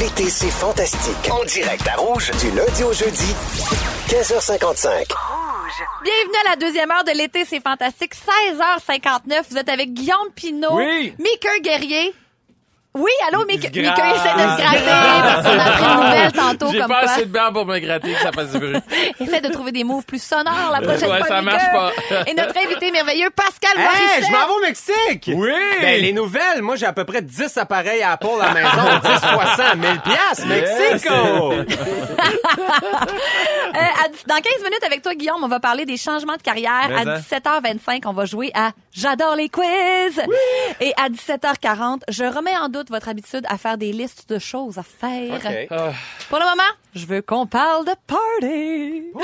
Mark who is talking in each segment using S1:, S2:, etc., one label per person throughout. S1: L'été, c'est fantastique. En direct à Rouge, du lundi au jeudi, 15h55.
S2: Bienvenue à la deuxième heure de l'été, c'est fantastique. 16h59, vous êtes avec Guillaume Pinot,
S3: Oui.
S2: Mika Guerrier. Oui, allô, Mika.
S3: se
S2: Mika essaie
S3: gratte.
S2: de se gratter parce qu'on a pris une nouvelle tantôt
S3: J'ai
S2: comme
S3: pas
S2: quoi.
S3: assez de bière pour me gratter que ça fasse du bruit.
S2: Essaie de trouver des moves plus sonores la prochaine
S3: Ouais,
S2: fois. Mika.
S3: ça marche pas.
S2: Et notre invité merveilleux, Pascal
S4: Hey,
S2: Morissette.
S4: je m'en vais au Mexique!
S3: Oui!
S4: Ben, les nouvelles, moi, j'ai à peu près 10 appareils à Apple à la maison. 10 fois 100, 1000 piastres, Mexico!
S2: Euh, à- dans 15 minutes avec toi, Guillaume, on va parler des changements de carrière.
S3: Mais
S2: à
S3: hein.
S2: 17h25, on va jouer à J'adore les quiz. Et à 17h40, je remets en doute votre habitude à faire des listes de choses à faire. Pour le moment, je veux qu'on parle de party.
S3: Oh.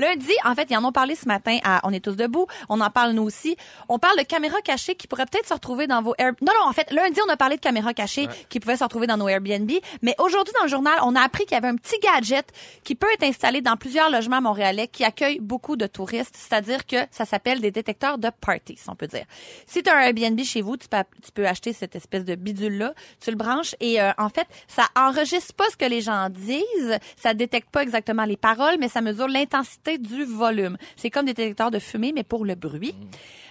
S2: Lundi, en fait, ils en ont parlé ce matin à On est tous debout. On en parle nous aussi. On parle de caméras cachées qui pourraient peut-être se retrouver dans vos Air... Non, non, en fait, lundi, on a parlé de caméras cachées qui pouvaient se retrouver dans nos Airbnb. Mais aujourd'hui, dans le journal, on a appris qu'il y avait un petit gadget qui peut être installé dans plusieurs logements montréalais qui accueillent beaucoup de touristes. C'est-à-dire que ça s'appelle des détecteurs de parties, si on peut dire. Si tu as un Airbnb chez vous, tu peux, app- tu peux acheter cette espèce de bidule-là. Tu le branches et, euh, en fait, ça enregistre pas ce que les gens disent. Ça détecte pas exactement les paroles, mais ça mesure l'intensité du volume. C'est comme des détecteurs de fumée, mais pour le bruit.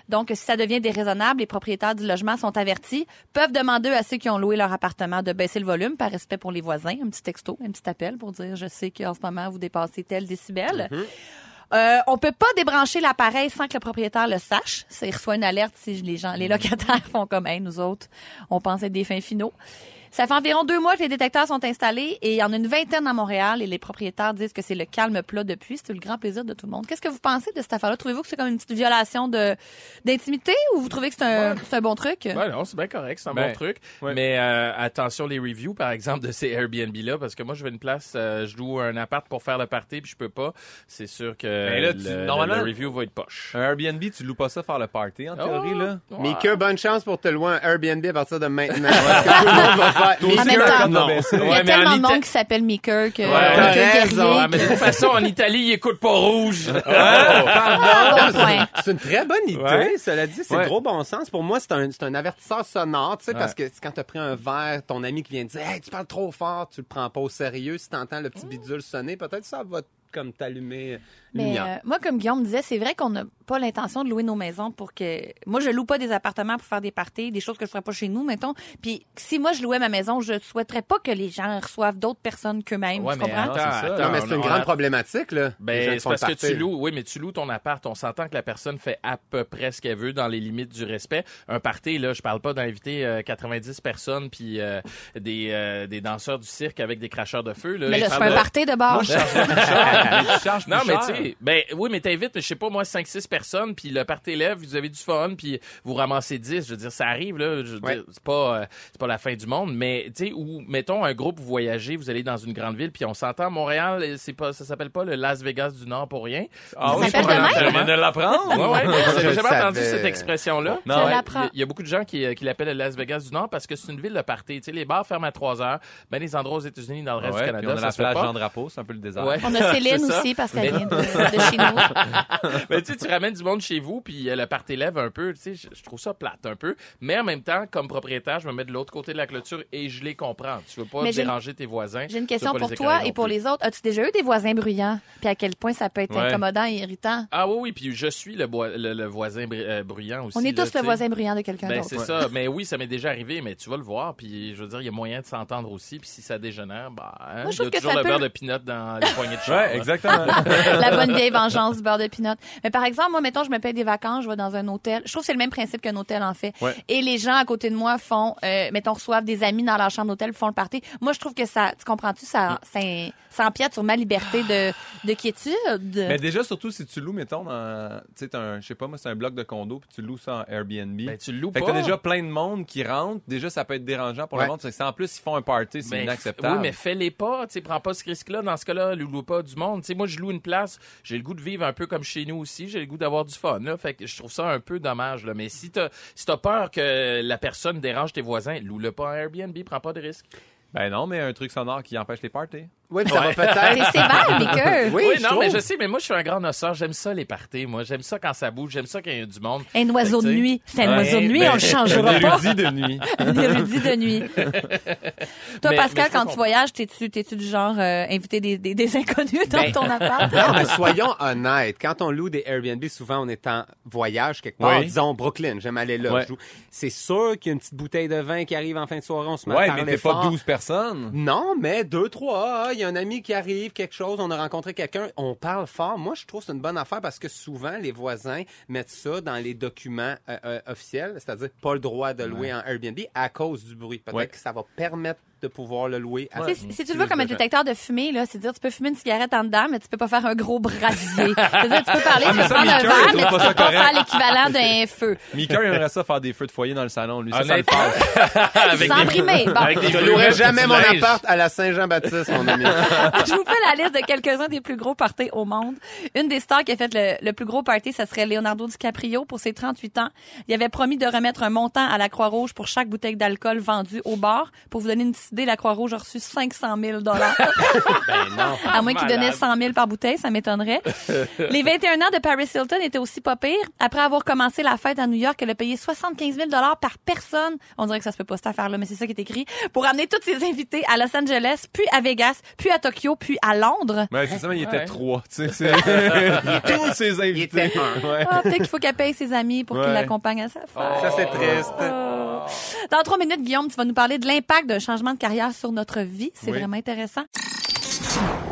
S2: Donc, si ça devient déraisonnable, les propriétaires du logement sont avertis, peuvent demander à ceux qui ont loué leur appartement de baisser le volume par respect pour les voisins. Un petit texto, un petit appel pour dire, je sais qu'en ce moment, vous dépassez tel décibel. Euh, on peut pas débrancher l'appareil sans que le propriétaire le sache. Ça, il reçoit une alerte si les gens, les locataires font comme, hey, nous autres, on pensait des fins finaux. Ça fait environ deux mois que les détecteurs sont installés et il y en a une vingtaine à Montréal et les propriétaires disent que c'est le calme plat depuis. C'est le grand plaisir de tout le monde. Qu'est-ce que vous pensez de cette affaire-là? Trouvez-vous que c'est comme une petite violation de, d'intimité ou vous trouvez que c'est un, c'est un bon truc?
S3: Ben non, c'est bien correct, c'est un
S4: Ben,
S3: bon truc.
S4: ouais.
S3: Mais euh, attention les reviews, par exemple, de ces Airbnb-là, parce que moi, je veux une place, euh, je loue un appart pour faire le party, puis je peux pas. C'est sûr que
S5: Ben là, tu-
S3: le,
S5: normalement-
S3: le review va être poche.
S5: Un Airbnb, tu loues pas ça faire le party, en théorie,
S3: Oh.
S5: là.
S4: Mika, bonne chance pour te louer un Airbnb à partir de maintenant. Parce que tout le monde va faire.
S2: En même
S4: Mika,
S2: temps,
S4: non.
S2: Il y a
S3: Ouais, mais en
S2: tellement de
S3: Ita-
S2: monde qui s'appelle Mika que,
S3: t'as
S2: que
S4: raison.
S2: Guerrier.
S3: Ah, mais de toute façon, en Italie, ils écoutent pas rouge. Oh.
S2: Ah, bon point.
S4: C'est une très bonne idée,
S5: Ouais.
S4: cela dit, c'est
S5: Ouais.
S4: gros bon sens. Pour moi, c'est un, c'est un avertisseur sonore, tu sais, parce que quand t'as pris un verre, ton ami qui vient te dire Hey, tu parles trop fort, tu le prends pas au sérieux, si t'entends le petit bidule sonner, peut-être ça va comme t'allumer une
S2: Mmh. Mais
S4: lumière.
S2: euh, moi, comme Guillaume disait, c'est vrai qu'on n'a pas l'intention de louer nos maisons pour que. Moi, je loue pas des appartements pour faire des parties, des choses que je ferais pas chez nous, mettons. Puis si moi je louais ma maison, je souhaiterais pas que les gens reçoivent d'autres personnes qu'eux-mêmes.
S3: Ouais,
S2: tu
S3: mais ah,
S2: comprends?
S3: attends,
S5: c'est ça.
S3: attends,
S4: Non, mais c'est
S3: on-
S4: une
S3: on
S4: grande
S3: a-
S4: problématique, là. Les gens
S3: Ben,
S4: qui
S3: c'est
S4: font
S3: parce que
S4: partir.
S3: tu loues, oui, mais tu loues ton appart. On s'entend que la personne fait à peu près ce qu'elle veut dans les limites du respect. Un party, là, je parle pas d'inviter euh, 90 personnes puis euh, des, euh, des danseurs du cirque avec des cracheurs de feu. Là,
S2: mais
S3: Je
S2: là, c'est
S3: parle
S2: pas un
S3: de-
S2: party de bord.
S5: Moi, je charge plus cher. Tu charges plus
S3: Non, mais
S5: cher.
S3: tu sais, ben oui, mais t'invites, je sais pas, moi, 5-6 personnes, puis le party élève, vous avez du fun, puis vous ramassez 10. Je veux dire, ça arrive, là. Je veux
S4: Ouais.
S3: dire, c'est pas, euh, c'est pas la fin du monde, mais tu sais, ou mettons un groupe, vous voyagez, vous allez dans une grande ville, puis on s'entend, Montréal, c'est pas, ça s'appelle pas le Las Vegas du Nord pour rien.
S5: Ah
S2: Ça
S5: oui,
S2: s'appelle
S5: je
S2: de
S5: viens de-
S3: même?
S5: je viens de l'apprendre.
S3: Ouais, ouais.
S4: Je
S3: J'ai
S4: le
S3: jamais entendu
S4: savais.
S3: cette expression-là.
S2: Je
S5: Non, ouais.
S2: l'apprends.
S3: Il y a beaucoup de gens qui, euh, qui l'appellent le Las Vegas du Nord parce que c'est une ville de party. Tu sais, les bars ferment à 3 heures. Ben, les endroits aux États-Unis, dans le reste
S5: Ouais,
S3: du
S5: puis
S3: Canada,
S5: on a
S3: ça
S5: la
S3: se fait
S5: plage
S3: pas.
S5: Jean Drapeau, c'est un peu le désert.
S3: Ouais.
S2: On a Céline
S3: C'est ça.
S2: aussi parce qu'elle vient de, de chez nous.
S3: Mais tu sais, tu ramènes du monde chez vous, puis euh, le party lève un peu. Tu sais, je, je trouve ça plate un peu. Mais en même temps, comme propriétaire, je me mets de l'autre côté de la clôture et je les comprends. Tu veux pas
S2: Mais j'ai-
S3: déranger tes voisins.
S2: J'ai
S3: tu veux
S2: une question
S3: pas
S2: pour
S3: les
S2: toi
S3: écœurer
S2: et
S3: non
S2: pour
S3: plus.
S2: les autres. As-tu déjà eu des voisins bruyants? Puis à quel point ça peut être
S5: Ouais.
S2: incommodant et irritant?
S3: Ah oui, oui, puis je suis le, boi- le- le voisin bri- euh, bruyant aussi.
S2: On est
S3: là,
S2: tous
S3: tu
S2: le
S3: sais.
S2: voisin bruyant de quelqu'un
S3: Ben,
S2: d'autre.
S3: c'est ça. Mais oui, ça m'est déjà arrivé, mais tu vas le voir. Puis, je veux dire, il y a moyen de s'entendre aussi. Puis, si ça dégénère, bah, hein,
S2: Moi, je
S3: il y
S2: trouve
S3: a
S2: que
S3: toujours
S2: ça
S3: le
S2: peut-
S3: beurre de pinot dans les poignées de char.
S5: Ouais,
S3: là.
S5: exactement.
S2: la bonne vieille vengeance du beurre de pinot. Mais par exemple, moi, mettons, je me paye des vacances, je vais dans un hôtel. Je trouve que c'est le même principe qu'un hôtel, en fait.
S5: Ouais.
S2: Et les gens à côté de moi font, euh, mettons, reçoivent des amis dans leur chambre d'hôtel, font le party. Moi, je trouve que ça, tu comprends-tu,
S3: Mm.
S2: ça, ça, ça empiète sur ma liberté de, de quiétude.
S5: mais déjà, surtout si tu loues, mettons, dans, tu sais, t'as un- je sais pas, moi, c'est un bloc de condo, puis tu loues ça en Airbnb.
S3: Ben, tu le loues
S5: fait que
S3: pas.
S5: t'as déjà plein de monde qui rentre. Déjà, ça peut être dérangeant pour
S4: Ouais.
S5: le monde. Parce que en plus, ils font un party, c'est
S3: Mais
S5: inacceptable.
S3: Oui, mais fais-les pas. Tu sais, prends pas ce risque-là. Dans ce cas-là, le loue pas du monde. Tu sais, moi, je loue une place. J'ai le goût de vivre un peu comme chez nous aussi. J'ai le goût d'avoir du fun. Là. Fait que je trouve ça un peu dommage. Là. Mais si t'as si t'as peur que la personne dérange tes voisins, loue-le pas en Airbnb. Prends pas de risque.
S5: Ben non, mais un truc sonore qui empêche les parties.
S4: Oui, puis ça va peut-être.
S2: C'est sévère, Mickey.
S4: Oui,
S3: Oui,
S4: je
S3: non, mais
S4: trouve.
S3: je sais, mais moi, je suis un grand noceur. J'aime ça, les parties, moi. J'aime ça quand ça bouge. J'aime ça quand il y a du monde.
S2: Un oiseau de
S3: Fait que,
S2: nuit. C'est un
S3: Ouais,
S2: oiseau de Eh, nuit, on le changera
S5: Un
S2: pas.
S5: érudit Ben, de nuit.
S2: Un érudit de nuit. Toi,
S3: Mais- mais
S2: Pascal,
S3: je
S2: quand
S3: comprends.
S2: tu voyages, t'es-tu, t'es-tu du genre euh, inviter des, des, des inconnus dans
S3: Ben-
S2: ton appart?
S4: Non,
S5: Ah,
S4: mais soyons honnêtes. Quand on loue des Airbnb, souvent on est en voyage quelque part.
S5: Oui.
S4: Disons Brooklyn, j'aime aller là.
S5: Ouais.
S4: je joue. C'est sûr qu'il y a une petite bouteille de vin qui arrive en fin de soirée, on se met à
S5: Ouais, mais
S4: parler
S5: t'es pas
S4: fort.
S5: 12 personnes.
S4: Non, mais deux, trois. ah, Il y a un ami qui arrive, quelque chose, on a rencontré quelqu'un, on parle fort. Moi, je trouve que c'est une bonne affaire parce que souvent, les voisins mettent ça dans les documents euh, euh, officiels, c'est-à-dire pas le droit de louer en Airbnb à cause du bruit. Peut-être
S5: Ouais.
S4: que ça va permettre de pouvoir le louer à
S2: Tu sais, Si tu le vois comme un détecteur de fumée, là, c'est-à-dire tu peux fumer une cigarette en dedans, mais tu peux pas faire un gros brasier. C'est-à-dire tu peux parler, tu peux
S5: mais ça,
S2: prendre un
S5: Mickey, il
S2: verre,
S5: trouve
S2: mais tu
S5: pas
S2: peux
S5: ça
S2: pas
S5: correct.
S2: faire l'équivalent d'un feu.
S5: Mika, il aimerait ça faire des feux de foyer dans le salon, lui. Ah, Ça, ça le
S3: Honnêtement.
S5: fait.
S3: avec
S2: Sans
S3: des-
S2: brimer. Bon.
S3: avec des
S4: Je
S3: grumettes
S4: louerai
S3: et
S4: jamais
S3: du
S4: mon
S3: linge.
S4: appart à la Saint-Jean-Baptiste, mon ami.
S2: Je vous fais la liste de quelques-uns des plus gros parties au monde. Une des stars qui a fait le, le plus gros party, ça serait Leonardo DiCaprio pour ses 38 ans. Il avait promis de remettre un montant à la Croix-Rouge pour chaque bouteille d'alcool vendue au bar. Pour vous donner une petite idée, la Croix-Rouge a reçu 500 000 À moins qu'il donnait
S3: Malade.
S2: 100 000 par bouteille, ça m'étonnerait. Les 21 ans de Paris Hilton étaient aussi pas pires. Après avoir commencé la fête à New York, elle a payé 75 000 par personne. On dirait que ça se peut pas cette affaire-là, mais c'est ça qui est écrit. Pour amener tous ses invités à Los Angeles, puis à Vegas, puis à Tokyo, puis à Londres.
S5: Mais c'est ça, mais il était
S3: Ouais.
S5: trois. Tu sais, c'est- tous ses invités.
S4: était un.
S5: Ouais.
S2: Ah, peut-être qu'il faut qu'elle paye ses amis pour qu'ils
S5: Ouais.
S2: l'accompagnent à sa fête.
S4: Oh. Ça, c'est triste.
S2: Oh. Dans trois minutes, Guillaume, tu vas nous parler de l'impact d'un changement de carrière sur notre vie. C'est
S5: Oui.
S2: vraiment intéressant.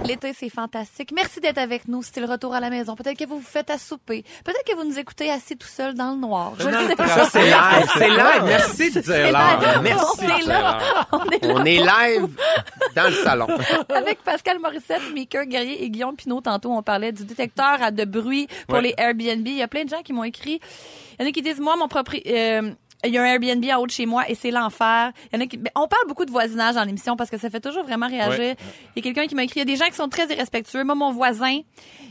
S2: L'été, c'est fantastique. Merci d'être avec nous. C'était le retour à la maison. Peut-être que vous vous faites à souper. Peut-être que vous nous écoutez assis tout seul dans le noir. Je ne sais pas.
S4: Ça, c'est live. C'est live. Merci
S2: C'est
S4: de dire live.
S2: live.
S4: Merci
S2: On
S4: de
S2: est
S4: dire
S2: là.
S4: live.
S2: On est là
S4: On est live dans le salon.
S2: avec Pascal Morissette, Mika Guerrier et Guillaume Pinot. Tantôt, on parlait du détecteur à de bruit pour
S5: Ouais.
S2: les Airbnb. Il y a plein de gens qui m'ont écrit. Il y en a qui disent, moi, mon propri... euh, il y a un Airbnb en haut de chez moi et c'est l'enfer. Il y en a qui... mais On parle beaucoup de voisinage dans l'émission parce que ça fait toujours vraiment réagir.
S5: Ouais.
S2: Il y a quelqu'un qui m'a écrit, il y a des gens qui sont très irrespectueux. Moi, mon voisin,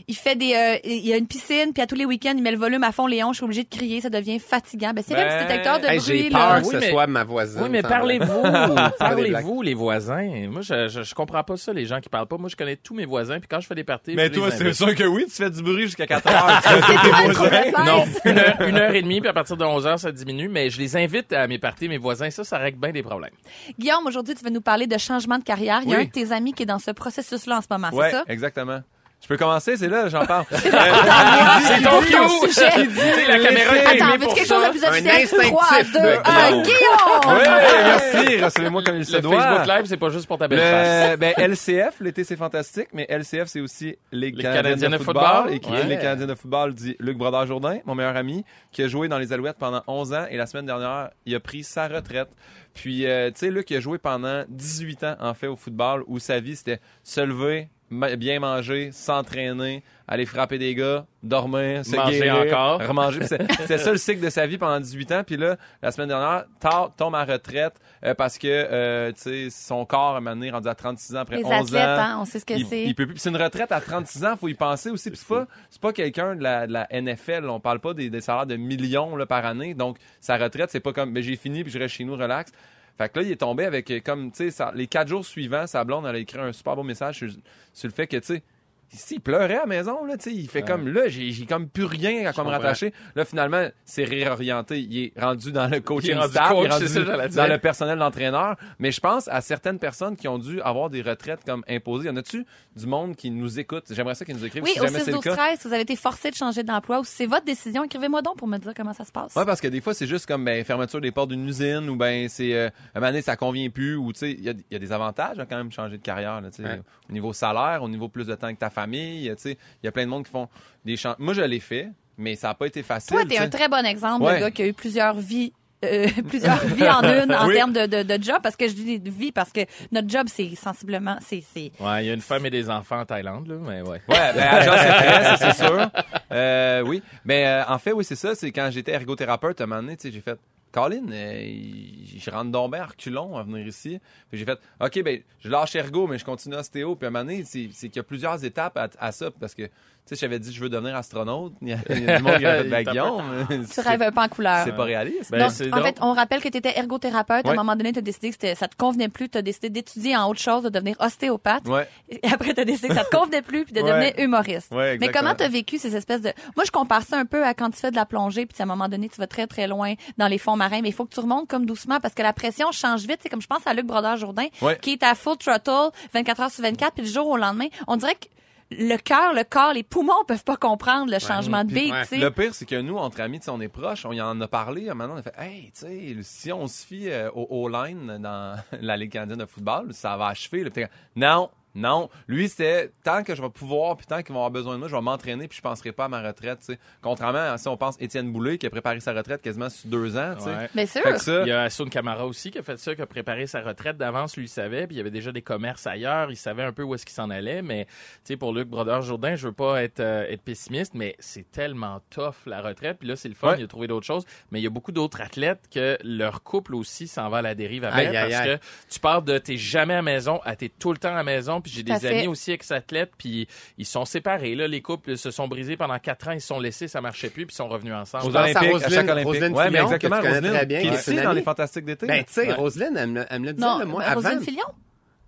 S2: il fait des... euh, il y a une piscine, puis à tous les week-ends, il met le volume à fond, Léon, je suis obligée de crier, ça devient fatigant. Ben, c'est
S3: Ben,
S2: même petit détecteur de
S4: Hey,
S2: bruit.
S4: J'ai
S2: là.
S4: peur que
S3: Oui,
S4: ce
S3: mais-
S4: soit ma voisine.
S3: Oui, mais
S4: ça,
S3: parlez-vous.
S4: blagues.
S3: parlez-vous, les voisins. Moi, je, je, je comprends pas ça, les gens qui parlent pas. Moi, je connais tous mes voisins, puis quand je fais des parties.
S5: Mais
S3: je les
S5: toi, c'est
S3: invite.
S5: sûr que oui, tu fais du bruit jusqu'à 4 heures.
S2: C'est toi le professeur.
S3: Non, une heure, une heure et demie, puis à partir de 11 heures, ça diminue. Mais je les invite à mes parties, mes voisins. Ça, ça règle bien des problèmes.
S2: Guillaume, aujourd'hui, tu vas nous parler de changement de carrière. Il y a
S5: Oui.
S2: un de tes amis qui est dans ce processus-là en ce moment,
S5: ouais,
S2: c'est ça?
S5: exactement. Je peux commencer, c'est là, j'en parle. Ah,
S3: C'est ton
S2: dit ton
S3: cue.
S2: sujet.
S3: Qui dit, La caméra est
S2: Attends,
S3: allumée
S2: veux-tu
S3: pour
S2: quelque chose
S3: ça.
S2: de plus
S4: Un
S2: officiel?
S4: instinctif
S2: 3, 2,
S4: de
S2: 1,
S4: Guillaume.
S5: Ouais,
S2: Guillaume!
S5: merci, recevez-moi comme il se
S3: Le
S5: doit.
S3: Facebook Live, c'est pas juste pour ta belle face.
S5: Le, ben, LCF, l'été c'est fantastique, mais LCF c'est aussi les Canadiens
S3: Canadiens
S5: de
S3: de
S5: football,
S3: football.
S5: et qui
S3: Ouais.
S5: les Canadiens de football dit Luc Brodeur Jourdain, mon meilleur ami, qui a joué dans les Alouettes pendant 11 ans et la semaine dernière il a pris sa retraite. Puis euh, tu sais Luc il a joué pendant 18 ans en fait au football où sa vie c'était se lever, ma- bien manger, s'entraîner, aller frapper des gars, dormir, se
S3: Manger
S5: guérir,
S3: encore.
S5: remanger. Puis c'est- C'était ça le cycle de sa vie pendant 18 ans. Puis là, la semaine dernière, tard, tombe à retraite euh, parce que euh, tu sais, son corps, à un moment donné, rendu à 36 ans, après
S2: Les
S5: 11
S2: athlètes,
S5: ans,
S2: hein, on sait ce que
S5: il,
S2: c'est.
S5: il peut plus. Puis C'est une retraite à 36 ans, faut y penser aussi. Puis c'est pas, c'est pas quelqu'un de la, de la NFL. là. On parle pas des, des salaires de millions là, par année. Donc sa retraite, c'est pas comme mais j'ai fini puis je reste chez nous relax. Fait que là, il est tombé avec euh, comme tu sais ça- les quatre jours suivants, sa blonde elle a écrit un super beau message sur, sur le fait que tu sais. Ici, il pleurait à la maison, là, tu sais, il fait comme là, j'ai j'ai comme plus rien à quoi me
S3: comprends.
S5: rattacher. Là, finalement, c'est réorienté. Il est rendu dans le coaching
S3: Il est rendu
S5: staff,
S3: coach,
S5: il est rendu
S3: c'est ça que j'allais dire.
S5: dans le personnel d'entraîneur. Mais je pense à certaines personnes qui ont dû avoir des retraites comme imposées. Y en a-tu du monde qui nous écoute? J'aimerais ça qu'ils nous écrivent
S2: Oui,
S5: si
S2: au
S5: jamais c'est le cas.
S2: 6-12-13, vous avez été forcé de changer d'emploi ou si c'est votre décision, écrivez-moi donc pour me dire comment ça se passe.
S5: Ouais, parce que des fois, c'est juste comme ben, fermeture des portes d'une usine ou ben c'est euh, à un moment donné, ça convient plus ou tu sais, il y, a- il y a des avantages à quand même changer de carrière là, tu sais.
S4: Ouais.
S5: au niveau salaire, au niveau plus de temps avec ta famille, tu sais, il y a plein de monde qui font des changements. Moi, je l'ai fait, mais ça n'a pas été facile.
S2: Toi,
S5: tu
S2: t'es
S5: sais.
S2: un très bon exemple de
S5: Ouais.
S2: gars qui a eu plusieurs vies. euh, plusieurs vies en une en
S5: Oui.
S2: termes de, de, de job parce que je dis de vie parce que notre job c'est sensiblement c'est c'est
S3: Ouais, il y a une femme et des enfants en Thaïlande, là, mais ouais.
S5: Ouais, ben, agent secret, ça, c'est sûr. Euh, oui. Mais euh, en fait, oui, c'est ça. C'est quand j'étais ergothérapeute, à un moment donné, tu sais, j'ai fait. Colin, euh, il- je rentre donc bien à reculons à venir ici. Puis J'ai fait, OK, ben, je lâche ergo, mais je continue ostéo. Puis à un moment donné, c'est c'est qu'il y a plusieurs étapes à, à ça parce que, tu sais, sais, j'avais dit, je veux devenir astronaute. Il y a, il y a du monde qui a fait, ben,
S3: Il t'a pas-
S5: Guillaume,
S2: Tu rêves un peu en couleur.
S5: C'est pas réaliste.
S3: Ben,
S2: Donc,
S3: c'est
S2: en
S3: drôle.
S2: fait, on rappelle que tu étais ergothérapeute. À un
S5: Ouais.
S2: moment donné, tu as décidé que c'était- ça te convenait plus. Tu as décidé d'étudier en autre chose, de devenir ostéopathe.
S5: Ouais.
S2: Et après, tu as décidé que ça te convenait plus, puis de
S5: Ouais.
S2: devenir humoriste.
S5: Ouais,
S2: Mais
S5: exactement.
S2: comment tu as vécu ces espèces de... Moi, je compare ça un peu à quand tu fais de la plongée, puis à un moment donné, tu vas très, très loin dans les fonds marins, mais il faut que tu remontes comme doucement, parce que la pression change vite. C'est comme je pense à Luc Brodeur-Jourdain,
S5: Ouais.
S2: qui est à full throttle 24 heures sur 24, puis le jour au lendemain, on dirait que le cœur, le corps, les poumons peuvent pas comprendre le changement de beat.
S4: ouais.
S2: tu sais.
S5: Le pire, c'est que nous, entre amis, tu sais, on est proches, on y en a parlé. euh, Maintenant, on a fait, hey, tu sais, si on se fie euh, au O-line dans la Ligue canadienne de football, ça va achever. là. Puis t'es comme, non, non. Lui, c'était tant que je vais pouvoir, puis tant qu'ils vont avoir besoin de moi, je vais m'entraîner, puis je penserai pas à ma retraite. tu sais. Contrairement à si on pense Étienne Boulay, qui a préparé sa retraite quasiment sur deux ans. tu sais.
S3: Ouais.
S2: Bien sûr.
S5: Fait que ça,
S3: Il y a Hassoun Camara aussi qui a fait ça, qui a préparé sa retraite d'avance, lui il savait, puis il y avait déjà des commerces ailleurs, il savait un peu où est-ce qu'il s'en allait, mais tu sais pour Luc Brodeur Jourdain, je veux pas être euh, être pessimiste, mais c'est tellement tough la retraite, puis là c'est le fun,
S5: Ouais.
S3: il a trouvé d'autres choses, mais il y a beaucoup d'autres athlètes que leur couple aussi s'en va à la dérive avec
S4: Aïe, aïe,
S3: parce
S4: aïe.
S3: que tu pars de t'es jamais à maison à t'es tout le temps à maison, puis j'ai
S2: Tout à
S3: des
S2: fait.
S3: amis aussi ex-athlètes, puis ils sont séparés là, les couples se sont brisés pendant quatre ans, ils se sont laissés, ça marchait plus, puis ils sont revenus ensemble.
S5: aux
S4: pense à
S5: Olympiques, à chaque
S4: Roselyne-
S5: Olympique.
S4: Roselyne
S5: ouais, mais
S4: Fillon, que
S5: exactement,
S4: tu connais
S5: Roselyne,
S4: très bien,
S5: qui est
S4: qui est
S5: ici
S4: une
S5: dans
S4: amie.
S5: les Fantastiques d'été.
S4: Ben, tu sais,
S3: Ouais.
S4: Roselyne, elle me, le- elle me le disait,
S2: Non,
S4: là, moi,
S2: ben,
S4: avant.
S2: Roselyne Fillon?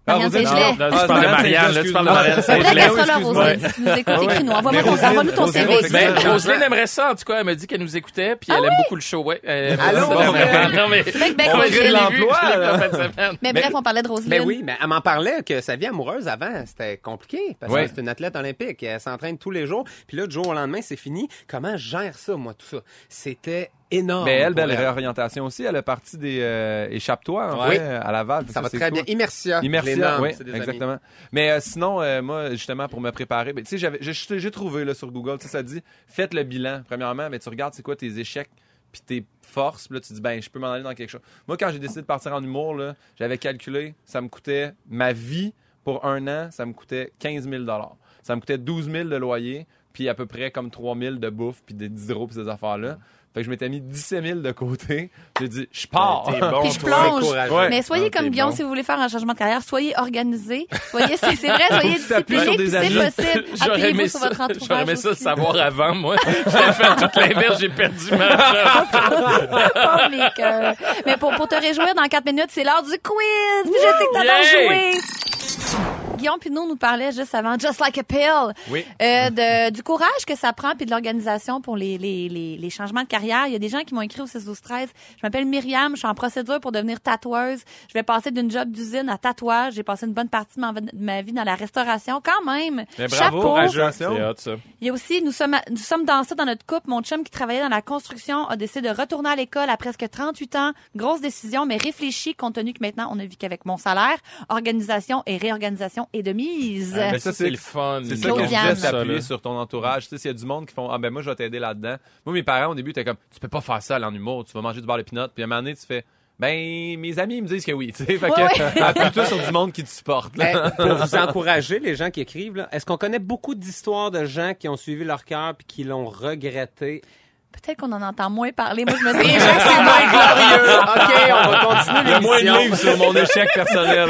S5: Ah,
S2: Marianne
S5: Roselyne-
S2: Saint-Gelais.
S3: Là, tu parles de
S5: Ah,
S3: Marianne, là, tu parles de Marianne
S2: Ah, C'est vrai
S3: Saint-Gelais.
S2: qu'elle sera là, Roselyne. Si tu nous écoutes, écris-nous. Envoie-moi ton,
S5: Roselyne,
S2: envoie-nous ton
S5: Roselyne,
S2: CV.
S5: Roselyne,
S3: Ben,
S5: Exactement.
S3: Roselyne aimerait ça, en tout cas. Elle m'a dit qu'elle nous écoutait, puis elle aime beaucoup le show. Ouais. Euh,
S4: Allô,
S3: Roselyne,
S4: Roselyne?
S3: Non, mais
S2: Fait que, Ah ben,
S3: on
S2: qu'on
S3: va
S2: crée
S3: créer
S2: de
S5: l'emploi, là.
S2: Mais bref, on parlait de Roselyne.
S4: Mais Ben oui, mais elle m'en parlait que sa vie amoureuse avant, c'était compliqué parce
S5: Ouais.
S4: que c'est une athlète olympique, elle s'entraîne tous les jours, puis là du jour au lendemain, c'est fini. Comment je gère ça moi tout ça C'était énorme.
S5: Mais Ben, elle,
S4: pour
S5: belle réorientation aussi. Elle est partie des euh, Échappe-toi, en
S4: Oui.
S5: fait, à Laval.
S4: Ça va
S5: c'est
S4: très
S5: cool.
S4: bien. Immersia. les
S5: Immersion,
S4: normes,
S5: oui,
S4: c'est des amis.
S5: exactement. Mais euh, sinon, euh, moi, justement, pour me préparer, ben, tu sais, j'avais- j'ai- j'ai j'ai trouvé là, sur Google, tu sais, ça dit, faites le bilan. Premièrement, ben, tu regardes, c'est quoi tes échecs, puis tes forces, puis là, tu dis, ben, je peux m'en aller dans quelque chose. Moi, quand j'ai décidé de partir en humour, là, j'avais calculé, ça me coûtait ma vie pour un an, ça me coûtait 15 000 Ça me coûtait 12 000 de loyer, puis à peu près comme 3 000 de bouffe, puis des 10 euros, puis ces affaires-là. Fait que je m'étais mis 17 000 de côté. J'ai dit, je
S4: Ben,
S5: pars.
S2: Puis je plonge.
S4: courageux.
S5: Ouais.
S2: Mais soyez
S3: Ah,
S2: comme
S3: t'es
S2: Guillaume
S3: bon.
S2: si vous voulez faire un changement de carrière. Soyez organisé. Soyez, c'est c'est vrai, soyez
S5: tu t'appuies
S2: discipliné.
S5: sur
S2: puis
S5: des
S2: C'est
S5: amis.
S2: possible.
S3: J'aurais aimé
S2: Appuyez-vous sur
S3: ça,
S2: votre entourage.
S3: j'aurais aimé ça le
S2: aussi.
S3: savoir avant, moi. J'ai fait tout l'inverse, j'ai perdu ma
S2: Ah,
S3: job.
S2: Pauvre les cœurs. Mais pour, pour te réjouir, dans 4 minutes, c'est l'heure du quiz. Puis je sais que t'adores
S3: Yay!
S2: jouer. Guillaume Pinot nous parlait juste avant, Just Like a Pill,
S3: Oui.
S2: euh, de, du courage que ça prend puis de l'organisation pour les, les, les, les changements de carrière. Il y a des gens qui m'ont écrit au 6 12 13 Je m'appelle Myriam, je suis en procédure pour devenir tatoueuse. Je vais passer d'une job d'usine à tatouage. J'ai passé une bonne partie de ma- de ma vie dans la restauration quand même.
S5: Mais bravo,
S2: Chapeau. Euh,
S5: courageux.
S3: C'est hot, ça.
S2: Il y a aussi, nous sommes, à- nous sommes dans ça dans notre couple. Mon chum qui travaillait dans la construction a décidé de retourner à l'école à presque 38 ans. Grosse décision, mais réfléchie compte tenu que maintenant on ne vit qu'avec mon salaire. Organisation et réorganisation est de mise.
S3: Ah,
S5: ça,
S3: ben, ça,
S5: c'est-
S3: c'est le fun.
S5: C'est ça
S2: Claude
S5: que je disais,
S2: Yann.
S5: c'est
S3: Ça, là.
S5: appuyer sur ton entourage. Tu sais, s'il y a du monde qui font Ah ben moi je vais t'aider là-dedans. Moi, mes parents au début étaient comme Tu peux pas faire ça là, en humour, tu vas manger du bar de pinot. Puis à un moment donné, tu fais Ben mes amis ils me disent que oui. Tu sais, fait
S2: Ouais,
S5: que appuie-toi sur du monde qui te supporte. là.
S4: Eh, pour vous encourager, les gens qui écrivent, là, est-ce qu'on connaît beaucoup d'histoires de gens qui ont suivi leur cœur puis qui l'ont regretté?
S2: Peut-être qu'on en entend moins parler. Moi, je me dis,
S4: C'est moins glorieux! OK, on va
S5: Il y a moins
S2: Ben,
S5: de
S4: continuer l'émission.
S5: livres sur mon échec personnel,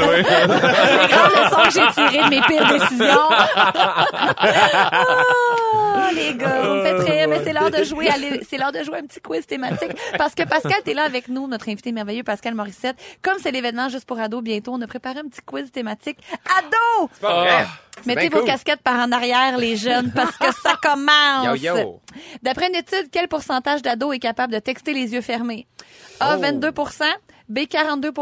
S5: oui.
S2: les grandes leçons que j'ai tirées de mes pires décisions. Ah, les gars, vous me faites rire, mais c'est l'heure de jouer. allez, C'est l'heure de jouer un petit quiz thématique. Parce que Pascal, t'es là avec nous, notre invité merveilleux, Pascal Morissette. Comme c'est l'événement juste pour ados, bientôt, on a préparé un petit quiz thématique ados.
S4: Ah, c'est
S2: Mettez
S4: bien
S2: vos
S4: cool.
S2: casquettes par en arrière, les jeunes, parce que ça commence.
S4: Yo, yo.
S2: D'après une étude, quel pourcentage d'ados est capable de texter les yeux fermés? A,
S4: Oh.
S2: 22 B, 42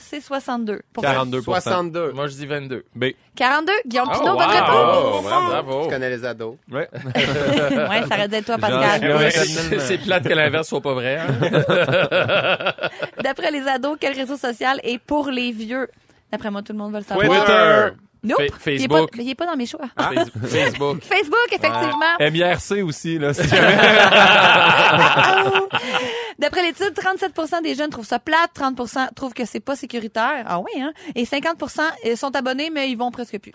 S2: C, 62
S5: 42
S4: 62.
S3: Moi, je dis 22.
S5: B.
S2: 42, Guillaume Pinot,
S5: wow.
S2: bonne
S5: Oh,
S2: réponse!
S4: Tu
S3: bravo.
S4: connais les ados.
S5: Ouais.
S2: ouais, ça reste toi,
S5: J'en
S2: Pascal.
S5: suis-
S3: Ouais, c'est c'est plate que l'inverse soit pas vrai. hein.
S2: D'après les ados, quel réseau social est pour les vieux? D'après moi, tout le monde veut le savoir.
S5: Twitter. Ah.
S2: Nope.
S3: Fa-
S2: Il est pas-
S3: Facebook.
S2: Il est pas dans mes choix.
S3: Face- Facebook.
S2: Facebook, effectivement.
S5: MIRC aussi, là. si jamais.
S2: Ah. D'après l'étude, 37 des jeunes trouvent ça plate, 30 trouvent que c'est pas sécuritaire. Ah oui, hein? Et 50 euh, sont abonnés, mais ils vont presque plus.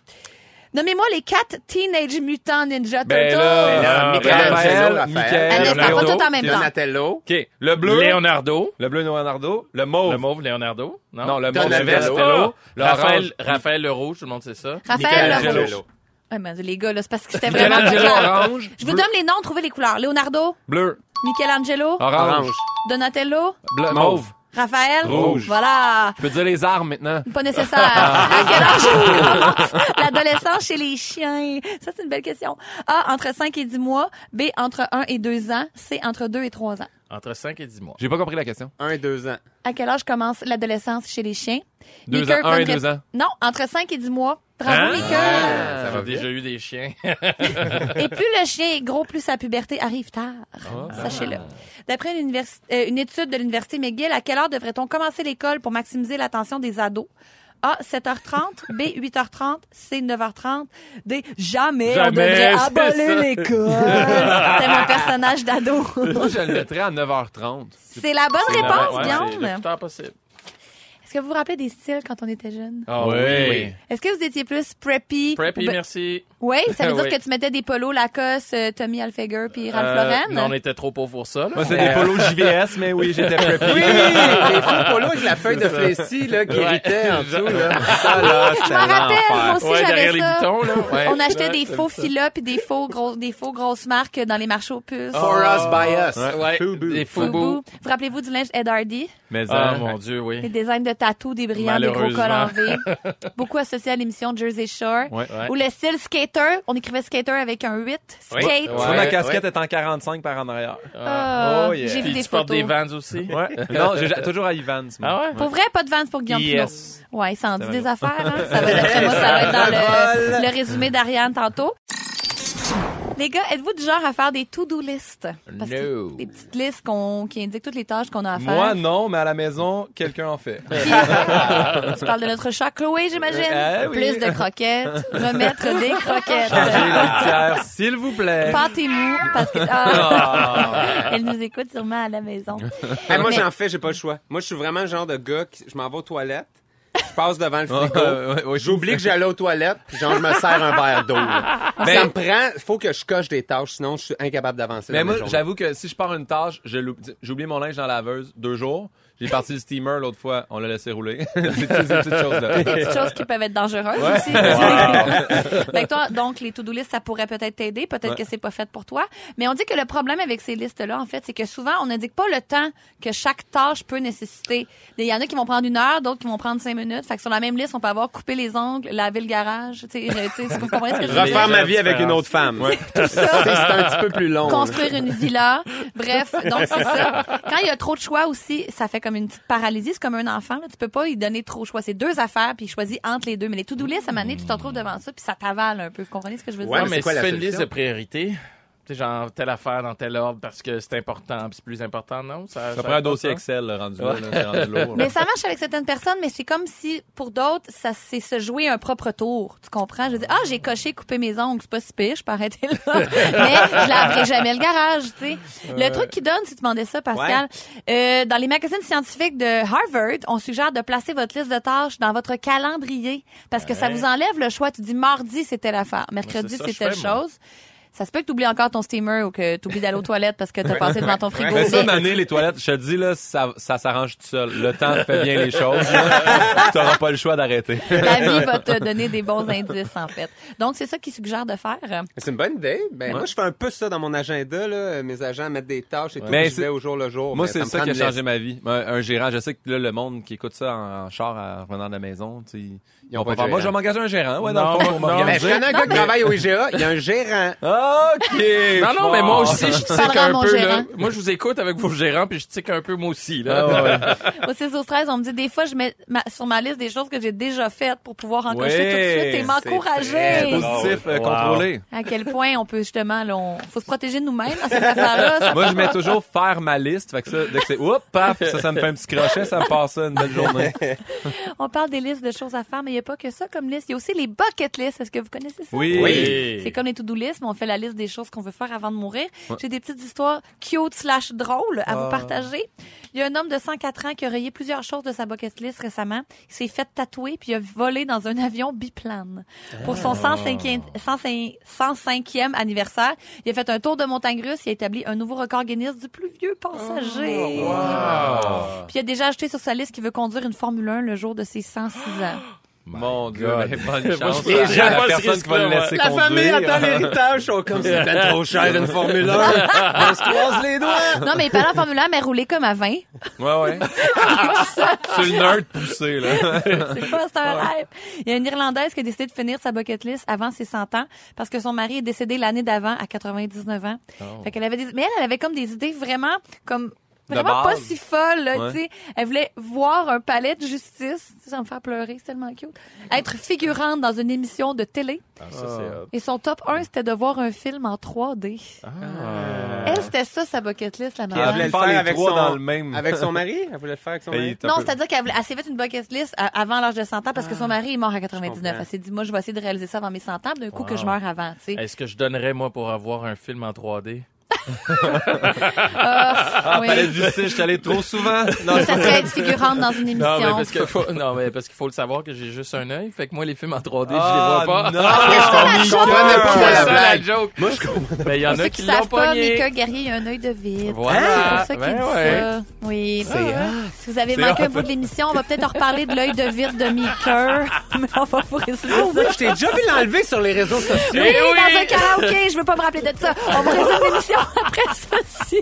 S2: Nommez-moi les quatre Teenage Mutant Ninja Turtles.
S5: ben là,
S4: là,
S5: Raphaël,
S4: Michelangelo, Raphaël.
S5: Michael,
S2: Allez, parle pas
S5: Leonardo.
S2: tout en même temps.
S4: Donatello.
S5: OK, le bleu.
S3: Leonardo.
S5: Le bleu Leonardo. Le mauve.
S3: Le mauve, Leonardo. Non,
S5: Non, le mauve
S4: Donatello.
S5: Donatello.
S3: Raphaël,
S5: L'orange.
S3: Raphaël le rouge, tout le monde sait ça.
S2: Raphaël,
S4: Michelangelo.
S2: Rouge. Ouais, mais les gars, là, c'est parce que c'était vraiment pas
S5: Michelangelo
S2: clair.
S5: orange.
S2: Je vous
S5: bleu-
S2: donne les noms, trouvez les couleurs. Leonardo,
S5: Bleu.
S2: Michelangelo,
S5: Orange.
S2: Ah. Donatello,
S5: bleu-
S4: Mauve.
S5: Mauve.
S2: Raphaël.
S5: Rouge. Ah.
S2: Voilà.
S5: Je peux dire les armes maintenant.
S2: Pas nécessaire. À quel âge commence l'adolescence chez les chiens? Ça, c'est une belle question. A, entre 5 et 10 mois. B, entre 1 et 2 ans. C, entre 2 et 3 ans.
S3: Entre 5 et 10 mois.
S5: J'ai pas compris la question.
S4: Un, deux ans.
S2: À quel âge commence l'adolescence chez les chiens?
S5: Deux
S2: Meeker
S5: ans, un et
S2: donnerait-
S5: deux ans.
S2: Non, entre 5 et 10 mois. Bravo,
S5: Hein?
S2: Meeker.
S4: Ça
S3: J'ai
S4: va vite.
S3: déjà eu des chiens.
S2: Et plus le chien est gros, plus sa puberté arrive tard.
S3: Ah.
S2: Sachez-le. D'après une, univers- euh, une étude de l'Université McGill, à quelle heure devrait-on commencer l'école pour maximiser l'attention des ados? A, 7h30. B, 8h30. C, 9h30. D, jamais, on
S3: Jamais,
S2: devrait
S3: c'est ça.
S2: abolir l'école. C'est mon personnage d'ado.
S5: Moi, je le mettrais à 9h30.
S2: C'est la bonne réponse,
S3: C'est
S2: Guillaume.
S3: le plus tard possible.
S2: Est-ce que vous vous rappelez des styles quand on était jeune?
S3: Ah
S5: Ouais.
S3: oui, oui.
S2: Est-ce que vous étiez plus preppy?
S3: Preppy,
S2: Ben-
S3: merci.
S2: Oui, ça veut dire
S3: Oui.
S2: que tu mettais des polos Lacoste, euh, Tommy Hilfiger puis Ralph
S3: Euh,
S2: Lauren?
S3: non, on était trop pauvres pour ça. là.
S5: Moi, Ah, c'est
S3: Mais,
S5: des polos JVS, mais oui, j'étais preppy.
S4: Euh, Oui, les faux polos avec la feuille de flécie là, qui
S3: Ouais.
S4: irritait en dessous.
S5: Ah,
S4: Là. Ça, là,
S2: Je m'en rappelle, moi aussi
S3: ouais,
S2: j'avais
S3: derrière
S2: ça.
S3: les boutons, là. Ouais.
S2: On achetait
S3: Ouais,
S2: des
S3: c'est
S2: faux
S3: ça.
S2: filas puis des faux gros, des faux grosses marques dans les marchés aux puces.
S3: Ah,
S4: For us, by us.
S3: Ouais,
S4: Fubu.
S3: des
S2: Fubu.
S3: Fubu.
S2: Vous rappelez-vous du linge Ed Hardy?
S5: Mais
S3: Ah,
S5: euh,
S3: mon Dieu,
S2: Les
S3: oui.
S2: designs de tatou, des brillants, des gros cols en V.
S3: Malheureusement.
S2: Beaucoup associés à l'émission Jersey Shore.
S5: Ouais.
S3: Ouais.
S2: Ou le style skater. On écrivait skater avec un 8.
S3: Oui.
S2: Skate.
S5: Tu vois,
S3: Ouais,
S5: ma casquette est en 45 par en arrière.
S2: Ah,
S5: Oh, yeah.
S2: J'ai vu
S3: Puis
S2: des
S3: tu portes
S2: photos.
S3: des vans aussi.
S5: Ouais. non, j'ai j'ai toujours à Ivan. ce moment.
S3: Ah ouais?
S2: Pour vrai, pas de vans pour Guillaume
S5: Yes.
S2: Pinot. Ouais, il s'en dit
S5: va
S2: des affaires. Hein? Ça va, d'après moi, ça va être dans le, le résumé d'Ariane tantôt. Les gars, êtes-vous du genre à faire des to-do lists? Parce que
S3: No.
S2: des petites listes qu'on- qui indiquent toutes les tâches qu'on a à faire.
S5: Moi, non, mais à la maison, quelqu'un en fait.
S2: Puis, tu parles de notre chat Chloé, j'imagine.
S5: Euh, oui.
S2: Plus de croquettes. Remettre des
S5: J'ai
S2: croquettes.
S5: la litière, s'il vous plaît.
S2: Pâte et mou, parce que... Ah. Elle nous écoute sûrement à la maison.
S4: Hey, Eh, moi,
S2: Mais-
S4: j'en fais, j'ai pas le choix. Moi, je suis vraiment le genre de gars qui. Je m'en vais aux toilettes, je passe devant le frigo.
S5: Euh, ouais, ouais,
S4: J'oublie que j'allais aux toilettes, puis genre, je me sers un verre d'eau. là.
S5: Ben,
S4: ça me prend, il faut que je coche des tâches, sinon je suis incapable d'avancer.
S5: Mais
S4: dans ma
S5: Ben, moi,
S4: journée.
S5: j'avoue que si je pars une tâche, je l'oub- j'ai oublié mon linge dans la laveuse deux jours. J'ai parti le steamer l'autre fois, on l'a laissé rouler. c'est toutes ces petites
S2: des
S5: choses-là.
S2: petites choses qui peuvent être dangereuses aussi. Fait que toi, donc, les to-do list, ça pourrait peut-être t'aider. Peut-être que c'est pas fait pour toi. Mais on dit que le problème avec ces listes-là, en fait, c'est que souvent, on n'indique pas le temps que chaque tâche peut nécessiter. Il y en a qui vont prendre une heure, d'autres qui vont prendre cinq minutes. Fait que sur la même liste, on peut avoir coupé les ongles, laver le garage. Tu sais, euh, tu sais, vous comprenez ce que je veux dire?
S4: Refaire ma vie avec une autre femme. Ça, C'est un petit peu plus long. là.
S2: Construire une villa. Bref, donc c'est ça. Quand il y a trop de choix aussi, ça fait comme une petite paralysie. C'est comme un enfant. Là. Tu peux pas lui donner trop de choix. C'est deux affaires, puis il choisit entre les deux. Mais les to-do list, à un moment donné, tu te retrouves devant ça, puis ça t'avale un peu. Vous comprenez ce que je veux
S4: Ouais,
S3: Ouais,
S2: dire?
S3: mais
S4: mais c'est quoi
S3: si
S4: la
S3: tu fais une
S4: solution?
S3: liste de priorités, tu sais, genre telle affaire dans tel ordre parce que c'est important, puis c'est plus important, non? Ça,
S5: Ça prend un
S3: a pas
S5: dossier
S3: de
S5: Excel là, rendu là, là, c'est rendu lourd. là.
S2: Mais ça marche avec certaines personnes, mais c'est comme si, pour d'autres, ça c'est se jouer un propre tour. Tu comprends? Je dis, ah, j'ai coché, coupé mes ongles. C'est pas si pire, je peux arrêter là. mais je laverai jamais le garage, tu sais. Le truc qui donne, si tu demandais ça, Pascal, euh, dans les magazines scientifiques de Harvard, on suggère de placer votre liste de tâches dans votre calendrier parce que ça vous enlève le choix. Tu dis, mardi, c'est telle affaire. Mercredi,
S3: Ouais, c'est ça
S2: c'est
S3: que
S2: telle
S3: je fais, moi.
S2: chose. Ça se peut que tu oublies encore ton steamer ou que tu oublies d'aller aux toilettes parce que tu as passé devant ton frigo.
S5: Mais ça,
S2: Mais-
S5: Mané, les toilettes, je te dis, là, ça, ça s'arrange tout seul. Le temps fait bien les choses. là. Tu n'auras pas le choix d'arrêter.
S2: La vie va te donner des bons indices, en fait. Donc, c'est ça qu'il suggère de faire.
S4: C'est une bonne idée. Ben, Moi, je fais un peu ça dans mon agenda. Là. Mes agents mettent des tâches et tout.
S5: Mais
S4: puis
S5: Ben,
S4: Je
S5: c'est-
S4: vais au jour le jour.
S5: Moi,
S4: mais
S5: c'est
S4: me
S5: ça
S4: prend
S5: qui a
S4: de
S5: changé ma vie. Un, un gérant, je sais que là, le monde qui écoute ça en, en char en revenant de la maison, tu sais, ils
S4: ont
S5: ont
S4: pas
S5: pas
S4: de
S5: peur. Moi, je vais m'engager
S4: gérant.
S5: un gérant, ouais, dans le
S3: Non,
S5: fond, pour
S3: non.
S4: Ben, je
S5: m'organiser.
S4: connais un gars qui travaille au IGA, il y a un gérant.
S5: OK!
S3: Non, non, mais moi aussi, je
S2: Parlera
S3: tique
S2: à
S3: un
S2: mon
S3: peu.
S2: gérant.
S3: Là. Moi, je vous écoute avec vos gérants, puis je tique un peu moi aussi. Là.
S5: Ah, ouais, ouais.
S2: Au 6 au 13, on me dit des fois, je mets ma- sur ma liste des choses que j'ai déjà faites pour pouvoir en cocher tout de suite et
S5: c'est
S2: m'encourager.
S5: Positif, euh,
S3: Wow.
S5: contrôlé.
S2: À quel point on peut justement, là, on... faut se protéger de nous-mêmes dans ces affaires-là. Ça-
S5: Moi, je mets toujours faire ma liste. Fait que ça, dès que c'est oups, paf, ça, ça me fait un petit crochet, ça me passe ça une belle journée.
S2: On parle des listes de choses à faire, mais il n'y a pas que ça comme liste. Il y a aussi les bucket lists. Est-ce que vous connaissez ça?
S5: Oui.
S3: Oui.
S2: C'est comme les to-do lists, mais on fait la liste des choses qu'on veut faire avant de mourir. J'ai des petites histoires cute slash drôles à vous partager. Il y a un homme de 104 ans qui a rayé plusieurs choses de sa bucket list récemment. Il s'est fait tatouer puis il a volé dans un avion biplane. Pour son 105e, 105 105e anniversaire, il a fait un tour de montagne russe. Il a établi un nouveau record Guinness du plus vieux passager. Puis il a déjà acheté sur sa liste qu'il veut conduire une Formule 1 le jour de ses 106 ans.
S5: Mon Dieu, ben, bonne
S3: Moi,
S5: chance.
S3: je prends
S5: à
S3: jamais
S5: la
S3: ce
S5: personne qui va le
S3: risque-là,
S5: laisser
S4: La
S5: conduire. Ben,
S4: famille attend l'héritage, sont comme c'est bien trop cher une Formule 1. On se croise les doigts.
S2: Non, mais les parents en Formule 1, mais rouler comme à 20.
S5: Ouais, ouais. Ah, C'est le nerd poussé, là.
S2: C'est pas c'est un rêve. Il y a une Irlandaise qui a décidé de finir sa bucket list avant ses 100 ans parce que son mari est décédé l'année d'avant à 99 ans. Fait qu'elle avait des... Mais elle, elle avait comme des idées vraiment comme
S5: Oh. De
S2: vraiment pas
S5: base.
S2: si folles. là,
S5: Ouais.
S2: tu sais. Elle voulait voir un palais de justice. Ça, Ça me fait pleurer, c'est tellement cute. Être figurante dans une émission de télé.
S3: Ah, ça, c'est hot.
S2: Et son top 1, c'était de voir un film en 3D. Elle, c'était ça, sa bucket list, la
S4: Elle
S5: Ah,
S2: madame.
S4: voulait le
S5: faire
S4: faire
S5: les
S4: avec
S5: trois
S4: son,
S5: dans le même.
S4: avec son mari. Elle voulait le faire avec son
S5: Ben, il
S4: mari.
S5: est un
S2: non,
S5: peu-
S2: c'est-à-dire qu'elle voulait- elle s'est fait une bucket list à- avant l'âge de 100 ans parce que
S3: Ah.
S2: son mari est mort à 99.
S4: comprends.
S2: Elle s'est dit, moi, je vais essayer de réaliser ça avant mes 100 ans, puis d'un coup que je meurs avant, tu sais.
S3: Est-ce que je donnerais, moi, pour avoir un film en 3D?
S2: Ah, oui.
S5: Palais de justice, je suis allé trop souvent. Non,
S2: Ça serait être figurante dans une
S3: Non, mais
S2: émission.
S3: parce que faut, non, mais parce qu'il faut le savoir que j'ai juste un œil. Fait que moi, les films en 3D,
S5: Ah,
S3: je les vois pas.
S5: non.
S4: Ah, Je comprenais pas
S3: C'est
S4: la
S3: ça, la
S4: blague.
S3: joke.
S4: Moi, je comprends.
S3: Mais il y en
S2: Pour ceux
S3: a
S2: qui
S3: qui
S2: ne
S3: l'ont
S2: savent pas,
S3: pogné.
S2: Mika Guerrier, il a un œil de vide.
S3: Voilà.
S2: C'est pour ça
S3: Ben
S2: qu'il dit
S3: ouais.
S2: ça. Oui.
S4: hot.
S2: Si vous avez
S5: C'est
S2: manqué un
S5: hot.
S2: bout de l'émission, on va peut-être en reparler de l'œil de vide de Mika. Mais on va vous résumer ça.
S4: Je t'ai déjà vu l'enlever sur les réseaux sociaux.
S2: Oui,
S3: Eh oui.
S2: dans un karaoké, je veux pas me rappeler de ça. On va résumer l'émission après ceci.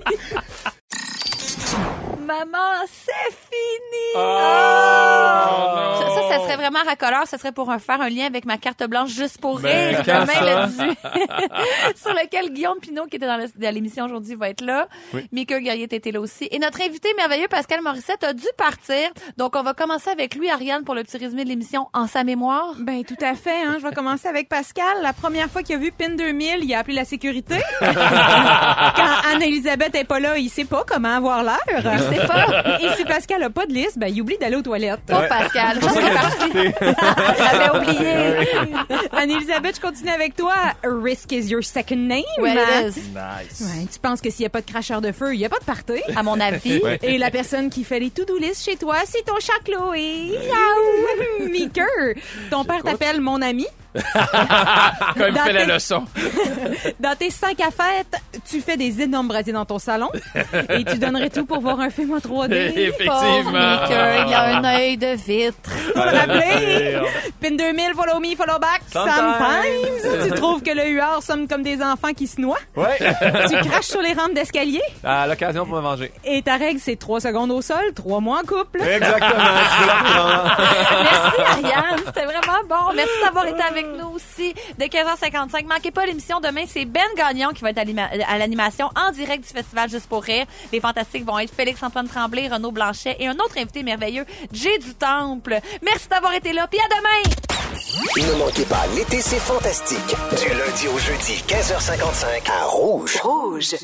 S2: Maman, c'est fini!
S3: Ah,
S2: Ça,
S3: non.
S2: ça, ça serait vraiment racoleur. Ça serait pour un- faire un lien avec ma carte blanche juste pour
S3: Ben,
S2: rire,
S5: quand
S2: comme elle
S5: ça.
S2: a dit. Sur lequel Guillaume Pinot, qui était dans le- dans l'émission aujourd'hui, va être là. Mika Guerrier était là aussi. Et notre invité merveilleux, Pascal Morissette, a dû partir. Donc, on va commencer avec lui, Ariane, pour le petit résumé de l'émission en sa mémoire.
S6: Ben tout à fait. Hein. Je vais commencer avec Pascal. La première fois qu'il a vu PIN 2000, il a appelé la sécurité. Quand Anne-Elisabeth est pas là, il sait pas comment avoir l'air. Il sait pas. Et si Pascal a pas de liste, ben il oublie d'aller aux toilettes.
S2: Pauvre Pascal. Je J'avais oublié.
S6: Anne-Elisabeth, je continue avec toi. Risk is your second name.
S2: Well, it is.
S3: Nice.
S6: Ouais, tu penses que s'il y a pas de cracheur de feu, il y a pas de party.
S2: À mon avis.
S6: Et la personne qui fait les to-do list chez toi, c'est ton chat Chloé. Yaou! Meeker. Ton père t'appelle mon ami.
S3: Comme Ah, il
S6: Dans
S3: fait la
S6: tes-
S3: leçon.
S6: Dans tes cinq à fête, tu fais des énormes brasiers dans ton salon et tu donnerais tout pour voir un film en 3D.
S2: Pauvre
S3: Effectivement.
S2: Maker, il a un œil de vitre.
S6: Faut l'appeler. Pin 2000, follow me, follow back.
S5: Sometimes.
S6: Sometimes. Tu trouves que le UR somme comme des enfants qui se noient.
S5: Ouais.
S6: Tu craches sur les rampes d'escalier.
S5: À l'occasion pour me venger.
S6: Et ta règle, c'est trois secondes au sol, trois mois en couple.
S5: Exactement.
S2: Merci, Ariane. Mmh. C'était vraiment bon. Merci d'avoir été avec nous aussi de 15h55. Manquez pas l'émission. Demain, c'est Ben Gagnon qui va être à l'ima- à l'animation en direct du Festival Juste pour Rire. Les fantastiques vont être Félix-Antoine Tremblay, Renaud Blanchet et un autre invité merveilleux, Jay du Temple. Merci d'avoir été là. Puis à demain!
S1: Ne manquez pas, l'été, c'est fantastique. Du lundi au jeudi, 15h55, à Rouge.
S7: Rouge.